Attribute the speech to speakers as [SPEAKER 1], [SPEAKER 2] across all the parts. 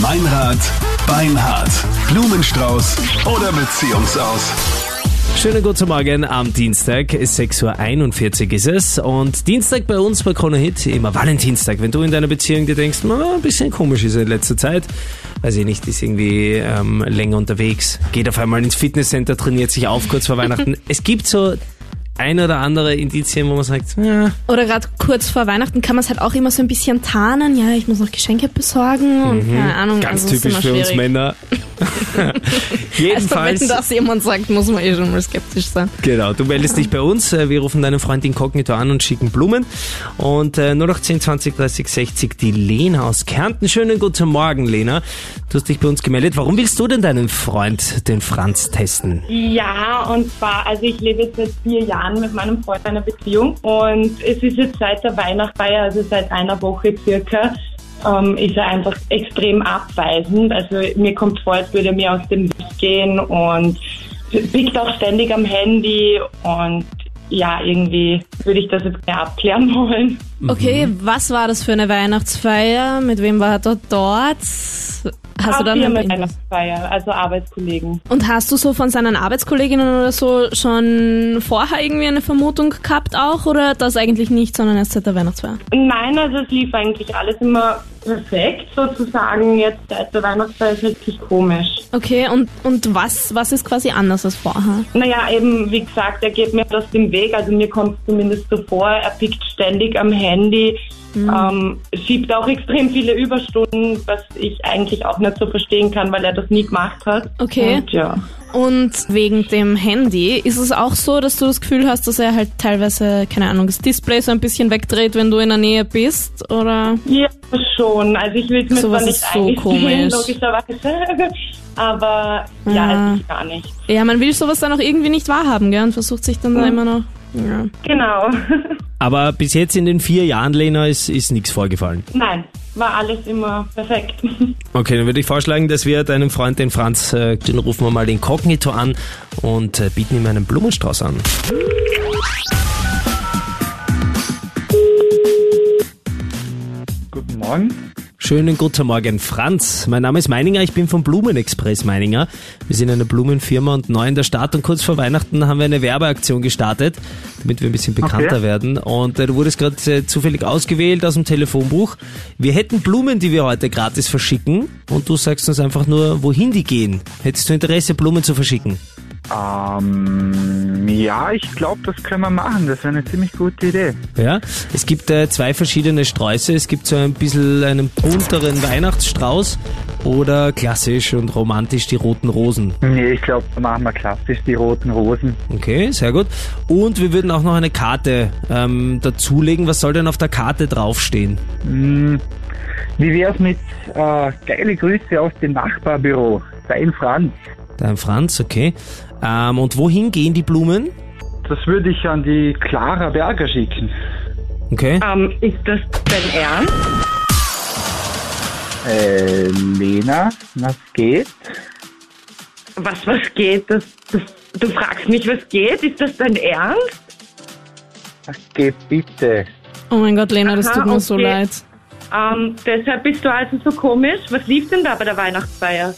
[SPEAKER 1] Meinrad, Beinhard, Blumenstrauß oder Beziehungsaus.
[SPEAKER 2] Schönen guten Morgen am Dienstag, 6.41 Uhr ist es und Dienstag bei uns bei Krone Hit immer Valentinstag. Wenn du in deiner Beziehung dir denkst, na, ein bisschen komisch ist er in letzter Zeit, weiß ich nicht, ist irgendwie ähm, länger unterwegs, geht auf einmal ins Fitnesscenter, trainiert sich auf kurz vor Weihnachten. es gibt so ein oder andere Indizien, wo man sagt, ja,
[SPEAKER 3] Oder gerade kurz vor Weihnachten kann man es halt auch immer so ein bisschen tarnen. Ja, ich muss noch Geschenke besorgen und keine Ahnung.
[SPEAKER 2] Mhm. ganz
[SPEAKER 3] also ist
[SPEAKER 2] typisch
[SPEAKER 3] immer
[SPEAKER 2] für uns
[SPEAKER 3] schwierig.
[SPEAKER 2] Männer.
[SPEAKER 3] Also
[SPEAKER 2] Jedenfalls.
[SPEAKER 3] wenn das jemand sagt, muss man eh schon mal skeptisch sein.
[SPEAKER 2] Genau, du meldest dich bei uns. äh, Wir rufen deinen Freund Inkognito an und schicken Blumen. Und äh, 018 20 30 60, die Lena aus Kärnten. Schönen guten Morgen, Lena. Du hast dich bei uns gemeldet. Warum willst du denn deinen Freund, den Franz, testen?
[SPEAKER 4] Ja, und zwar, also ich lebe jetzt seit vier Jahren mit meinem Freund in einer Beziehung und es ist jetzt seit der Weihnachtsfeier, also seit einer Woche circa, ähm, ist er einfach extrem abweisend. Also mir kommt vor, als würde er mir aus dem Weg gehen und biegt auch ständig am Handy und ja, irgendwie würde ich das jetzt gerne abklären wollen.
[SPEAKER 2] Mhm.
[SPEAKER 3] Okay, was war das für eine Weihnachtsfeier? Mit wem war er dort? Hast du
[SPEAKER 4] Ab hier
[SPEAKER 3] dann
[SPEAKER 4] mit Weihnachtsfeier, also Arbeitskollegen.
[SPEAKER 3] und hast du so von seinen Arbeitskolleginnen oder so schon vorher irgendwie eine Vermutung gehabt auch oder das eigentlich nicht, sondern erst seit der Weihnachtsfeier?
[SPEAKER 4] Nein, also es lief eigentlich alles immer perfekt sozusagen. Jetzt seit der Weihnachtszeit ist richtig komisch.
[SPEAKER 3] Okay, und, und was, was ist quasi anders als vorher?
[SPEAKER 4] Naja, eben wie gesagt, er geht mir aus dem Weg. Also mir kommt es zumindest so vor. Er pickt ständig am Handy,
[SPEAKER 3] Mhm.
[SPEAKER 4] ähm, schiebt auch extrem viele Überstunden, was ich eigentlich auch nicht so verstehen kann, weil er das nie gemacht hat.
[SPEAKER 3] Okay.
[SPEAKER 4] Und ja.
[SPEAKER 3] Und wegen dem Handy ist es auch so, dass du das Gefühl hast, dass er halt teilweise, keine Ahnung, das Display so ein bisschen wegdreht, wenn du in der Nähe bist, oder?
[SPEAKER 4] Ja, schon. Also ich will es mir
[SPEAKER 3] Sowas
[SPEAKER 4] zwar nicht
[SPEAKER 3] ist so
[SPEAKER 4] eingestehen,
[SPEAKER 3] komisch. Ah.
[SPEAKER 4] logischerweise. Aber
[SPEAKER 3] Ja.
[SPEAKER 4] ja, es ist gar nicht.
[SPEAKER 3] Ja, man will sowas dann auch irgendwie nicht wahrhaben, gell? Und versucht sich dann da immer noch. Ja.
[SPEAKER 4] Genau.
[SPEAKER 2] Aber bis jetzt in den vier Jahren, Lena, ist, ist nichts vorgefallen.
[SPEAKER 4] Nein, war alles immer perfekt.
[SPEAKER 2] Okay, dann würde ich vorschlagen, dass wir deinem Freund, den Franz, äh, den rufen wir mal Inkognito an und äh, bieten ihm einen Blumenstrauß an.
[SPEAKER 5] Guten Morgen.
[SPEAKER 2] Schönen guten Morgen, Franz. Mein Name ist Meininger, ich bin vom Blumenexpress Meininger. Wir sind eine Blumenfirma und neu in der Stadt und kurz vor Weihnachten haben wir eine Werbeaktion gestartet, damit wir ein bisschen bekannter
[SPEAKER 5] Okay.
[SPEAKER 2] werden. Und äh, du wurdest gerade äh, zufällig ausgewählt aus dem Telefonbuch. Wir hätten Blumen, die wir heute gratis verschicken und du sagst uns einfach nur, wohin die gehen. Hättest du Interesse, Blumen zu verschicken?
[SPEAKER 5] Ähm, ja, ich glaube, das können wir machen. Das wäre eine ziemlich gute Idee.
[SPEAKER 2] Ja, es gibt äh, zwei verschiedene Sträuße. Es gibt so ein bisschen einen bunteren Weihnachtsstrauß oder klassisch und romantisch die roten Rosen.
[SPEAKER 5] Nee, ich glaube, machen wir klassisch die roten Rosen.
[SPEAKER 2] Okay, sehr gut. Und wir würden auch noch eine Karte ähm, dazulegen. Was soll denn auf der Karte draufstehen?
[SPEAKER 5] Hm, wie wär's mit äh, geile Grüße aus dem Nachbarbüro? Dein Franz.
[SPEAKER 2] Dein Franz, okay. Ähm, und wohin gehen die Blumen?
[SPEAKER 5] Das würde ich an die Clara Berger schicken.
[SPEAKER 2] Okay.
[SPEAKER 4] ähm, ist das dein Ernst?
[SPEAKER 5] Äh, Lena, was geht?
[SPEAKER 4] Was, was geht? Das, das, du fragst mich, was geht? Ist das dein Ernst?
[SPEAKER 5] Ach, geh bitte.
[SPEAKER 3] Oh mein Gott, Lena, das
[SPEAKER 4] Aha,
[SPEAKER 3] tut mir so
[SPEAKER 4] okay.
[SPEAKER 3] leid.
[SPEAKER 4] Ähm, deshalb bist du also so komisch. Was lief denn da bei der Weihnachtsfeier?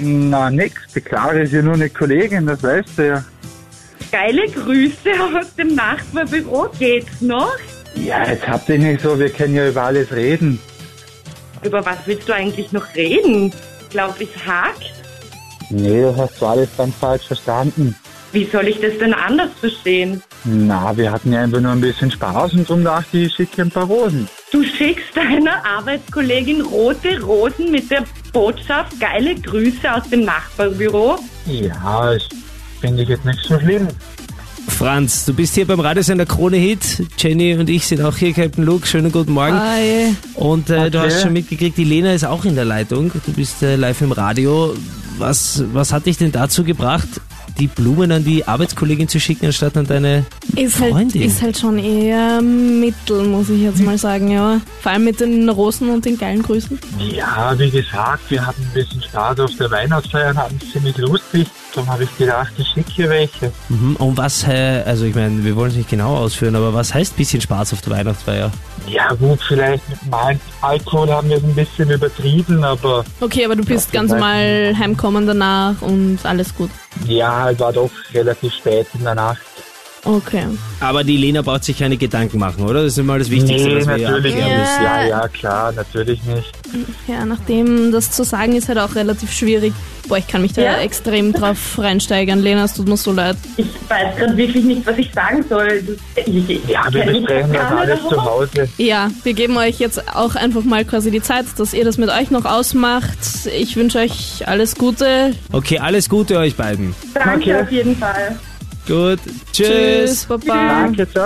[SPEAKER 5] Na, nix. Die Clara ist ja nur eine Kollegin, das weißt du ja.
[SPEAKER 4] Geile Grüße aus dem Nachbarbüro. Geht's noch?
[SPEAKER 5] Ja, jetzt habt ihr nicht so, wir können ja über alles reden.
[SPEAKER 4] Über was willst du eigentlich noch reden? Glaub ich, hakt?
[SPEAKER 5] Nee, das hast du alles ganz falsch verstanden.
[SPEAKER 4] Wie soll ich das denn anders verstehen?
[SPEAKER 5] Na, wir hatten ja einfach nur ein bisschen Spaß und drum dachte ich, ich schicke ein paar Rosen.
[SPEAKER 4] Du schickst deiner Arbeitskollegin rote Rosen mit der Botschaft geile Grüße aus dem Nachbarbüro.
[SPEAKER 5] Ja, ich finde ich jetzt nicht so schlimm.
[SPEAKER 2] Franz, du bist hier beim Radiosender Krone Hit. Jenny und ich sind auch hier, Captain Luke. Schönen guten Morgen.
[SPEAKER 3] Ah, je.
[SPEAKER 2] Und äh, du
[SPEAKER 5] Okay.
[SPEAKER 2] hast schon mitgekriegt, die Lena ist auch in der Leitung. Du bist äh, live im Radio. Was, was hat dich denn dazu gebracht, die Blumen an die Arbeitskollegin zu schicken, anstatt an deine
[SPEAKER 3] Ist halt,
[SPEAKER 2] Freundin.
[SPEAKER 3] ist halt schon eher mittel, muss ich jetzt mal sagen, ja. Vor allem mit den Rosen und den geilen Grüßen.
[SPEAKER 5] Ja, wie gesagt, wir hatten ein bisschen Spaß auf der Weihnachtsfeier und hatten es ziemlich lustig. Darum habe ich gedacht, ich schicke hier welche.
[SPEAKER 2] Mhm, Und was, äh, also ich meine, wir wollen es nicht genau ausführen, aber was heißt bisschen Spaß auf der Weihnachtsfeier?
[SPEAKER 5] Ja gut, vielleicht mit dem Al- Alkohol haben wir es ein bisschen übertrieben, aber
[SPEAKER 3] Okay, aber du bist ganz
[SPEAKER 5] nein.
[SPEAKER 3] normal heimkommen danach und alles gut.
[SPEAKER 5] ja, es war doch relativ spät in der Nacht.
[SPEAKER 3] Okay.
[SPEAKER 2] Aber die Lena braucht sich keine Gedanken machen, oder? Das ist immer das Wichtigste,
[SPEAKER 5] nee,
[SPEAKER 2] was wir hier
[SPEAKER 5] natürlich
[SPEAKER 2] abklären
[SPEAKER 5] nicht.
[SPEAKER 2] müssen.
[SPEAKER 5] Ja, ja, klar, natürlich nicht.
[SPEAKER 3] Ja, nachdem das zu sagen ist halt auch relativ schwierig. Boah, ich kann mich da
[SPEAKER 4] Ja.
[SPEAKER 3] extrem drauf reinsteigern. Lena, es tut mir so leid.
[SPEAKER 4] Ich weiß gerade wirklich nicht, was ich sagen soll. Das- Ich, ich,
[SPEAKER 5] Ja, wir
[SPEAKER 4] ich-
[SPEAKER 5] besprechen das
[SPEAKER 4] kann
[SPEAKER 5] alles
[SPEAKER 4] nicht
[SPEAKER 5] zu
[SPEAKER 4] raus.
[SPEAKER 5] Hause.
[SPEAKER 3] Ja, wir geben euch jetzt auch einfach mal quasi die Zeit, dass ihr das mit euch noch ausmacht. Ich wünsche euch alles Gute.
[SPEAKER 2] Okay, alles Gute euch beiden.
[SPEAKER 4] Danke
[SPEAKER 5] Okay.
[SPEAKER 4] auf jeden Fall.
[SPEAKER 2] Gut, tschüss.
[SPEAKER 3] Tschüss, Baba.
[SPEAKER 5] Danke, ciao.